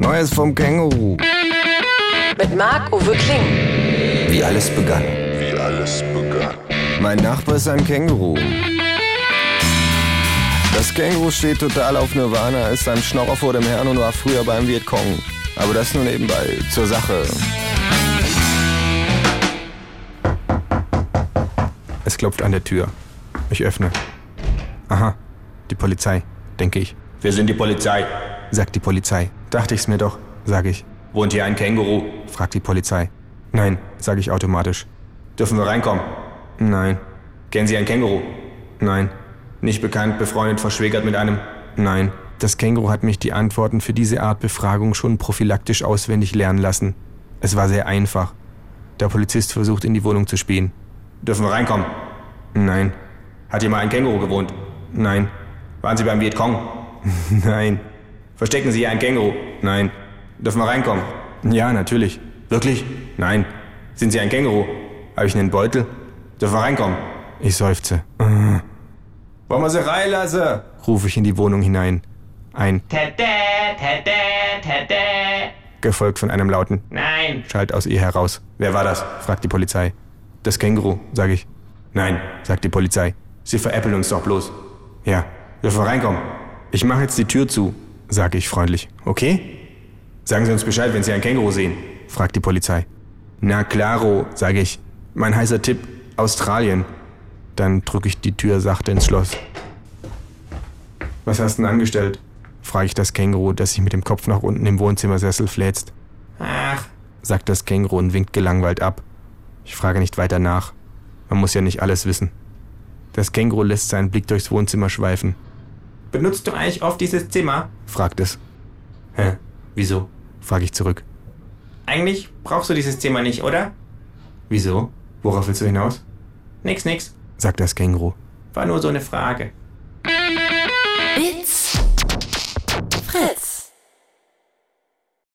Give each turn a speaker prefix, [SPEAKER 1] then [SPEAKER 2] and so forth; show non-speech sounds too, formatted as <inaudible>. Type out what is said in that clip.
[SPEAKER 1] Neues vom Känguru.
[SPEAKER 2] Mit Marc-Uwe Kling.
[SPEAKER 1] Wie alles begann.
[SPEAKER 3] wie alles begann.
[SPEAKER 1] Mein Nachbar ist ein Känguru. Das Känguru steht total auf Nirvana, ist ein Schnorrer vor dem Herrn und war früher beim Vietcong. Aber das nur nebenbei, zur Sache.
[SPEAKER 4] Es klopft an der Tür. Ich öffne. Aha, die Polizei, denke ich.
[SPEAKER 5] Wir sind die Polizei.
[SPEAKER 4] Sagt die Polizei. Dachte ich's mir doch, sage ich.
[SPEAKER 5] Wohnt hier ein Känguru?
[SPEAKER 4] Fragt die Polizei. Nein, sage ich automatisch.
[SPEAKER 5] Dürfen wir reinkommen?
[SPEAKER 4] Nein,
[SPEAKER 5] Kennen Sie ein Känguru?
[SPEAKER 4] nein,
[SPEAKER 5] Nicht bekannt, befreundet, verschwägert mit einem.
[SPEAKER 4] nein. Das Känguru hat mich die Antworten für diese Art Befragung schon prophylaktisch auswendig lernen lassen. Es war sehr einfach. Der Polizist versucht in die Wohnung zu spähen.
[SPEAKER 5] Dürfen wir reinkommen?
[SPEAKER 4] Nein,
[SPEAKER 5] Hat hier mal ein Känguru gewohnt?
[SPEAKER 4] nein,
[SPEAKER 5] Waren Sie beim Vietcong? <laughs>
[SPEAKER 4] nein,
[SPEAKER 5] Verstecken Sie hier ein Känguru?
[SPEAKER 4] nein.
[SPEAKER 5] Dürfen wir reinkommen?
[SPEAKER 4] Ja, natürlich.
[SPEAKER 5] Wirklich?
[SPEAKER 4] Nein.
[SPEAKER 5] Sind Sie ein Känguru?
[SPEAKER 4] Habe ich einen Beutel?
[SPEAKER 5] Dürfen wir reinkommen?
[SPEAKER 4] Ich
[SPEAKER 5] <laughs>
[SPEAKER 4] seufze.
[SPEAKER 5] Wollen wir sie reinlassen?
[SPEAKER 4] rufe ich in die Wohnung hinein. Ein
[SPEAKER 6] Tete, tete, tete.
[SPEAKER 4] gefolgt von einem lauten
[SPEAKER 6] Nein,
[SPEAKER 4] schallt aus ihr heraus.
[SPEAKER 5] Wer war das?
[SPEAKER 4] fragt die Polizei. Das Känguru, sage ich.
[SPEAKER 5] Nein,
[SPEAKER 4] Sagt die Polizei.
[SPEAKER 5] Sie veräppeln uns doch bloß.
[SPEAKER 4] Ja.
[SPEAKER 5] Dürfen wir reinkommen?
[SPEAKER 4] Ich mache jetzt die Tür zu, sage ich freundlich. Okay?
[SPEAKER 5] Sagen Sie uns Bescheid, wenn Sie ein Känguru sehen.
[SPEAKER 4] fragt die Polizei. Na claro, sage ich. Mein heißer Tipp, Australien. Dann drücke ich die Tür sachte ins Schloss. Was hast du denn angestellt? frage ich das Känguru, das sich mit dem Kopf nach unten im Wohnzimmersessel fläzt.
[SPEAKER 6] ach,
[SPEAKER 4] sagt das Känguru und winkt gelangweilt ab. Ich frage nicht weiter nach. Man muss ja nicht alles wissen. Das Känguru lässt seinen Blick durchs Wohnzimmer schweifen,
[SPEAKER 6] benutzt du eigentlich oft dieses Zimmer?
[SPEAKER 4] fragt es,
[SPEAKER 5] Hä? Wieso?
[SPEAKER 4] frage ich zurück.
[SPEAKER 6] Eigentlich brauchst du dieses Zimmer nicht, oder?
[SPEAKER 4] Wieso? Worauf willst du hinaus?
[SPEAKER 6] Nix, nix.
[SPEAKER 4] sagt das Känguru.
[SPEAKER 6] War nur so eine Frage.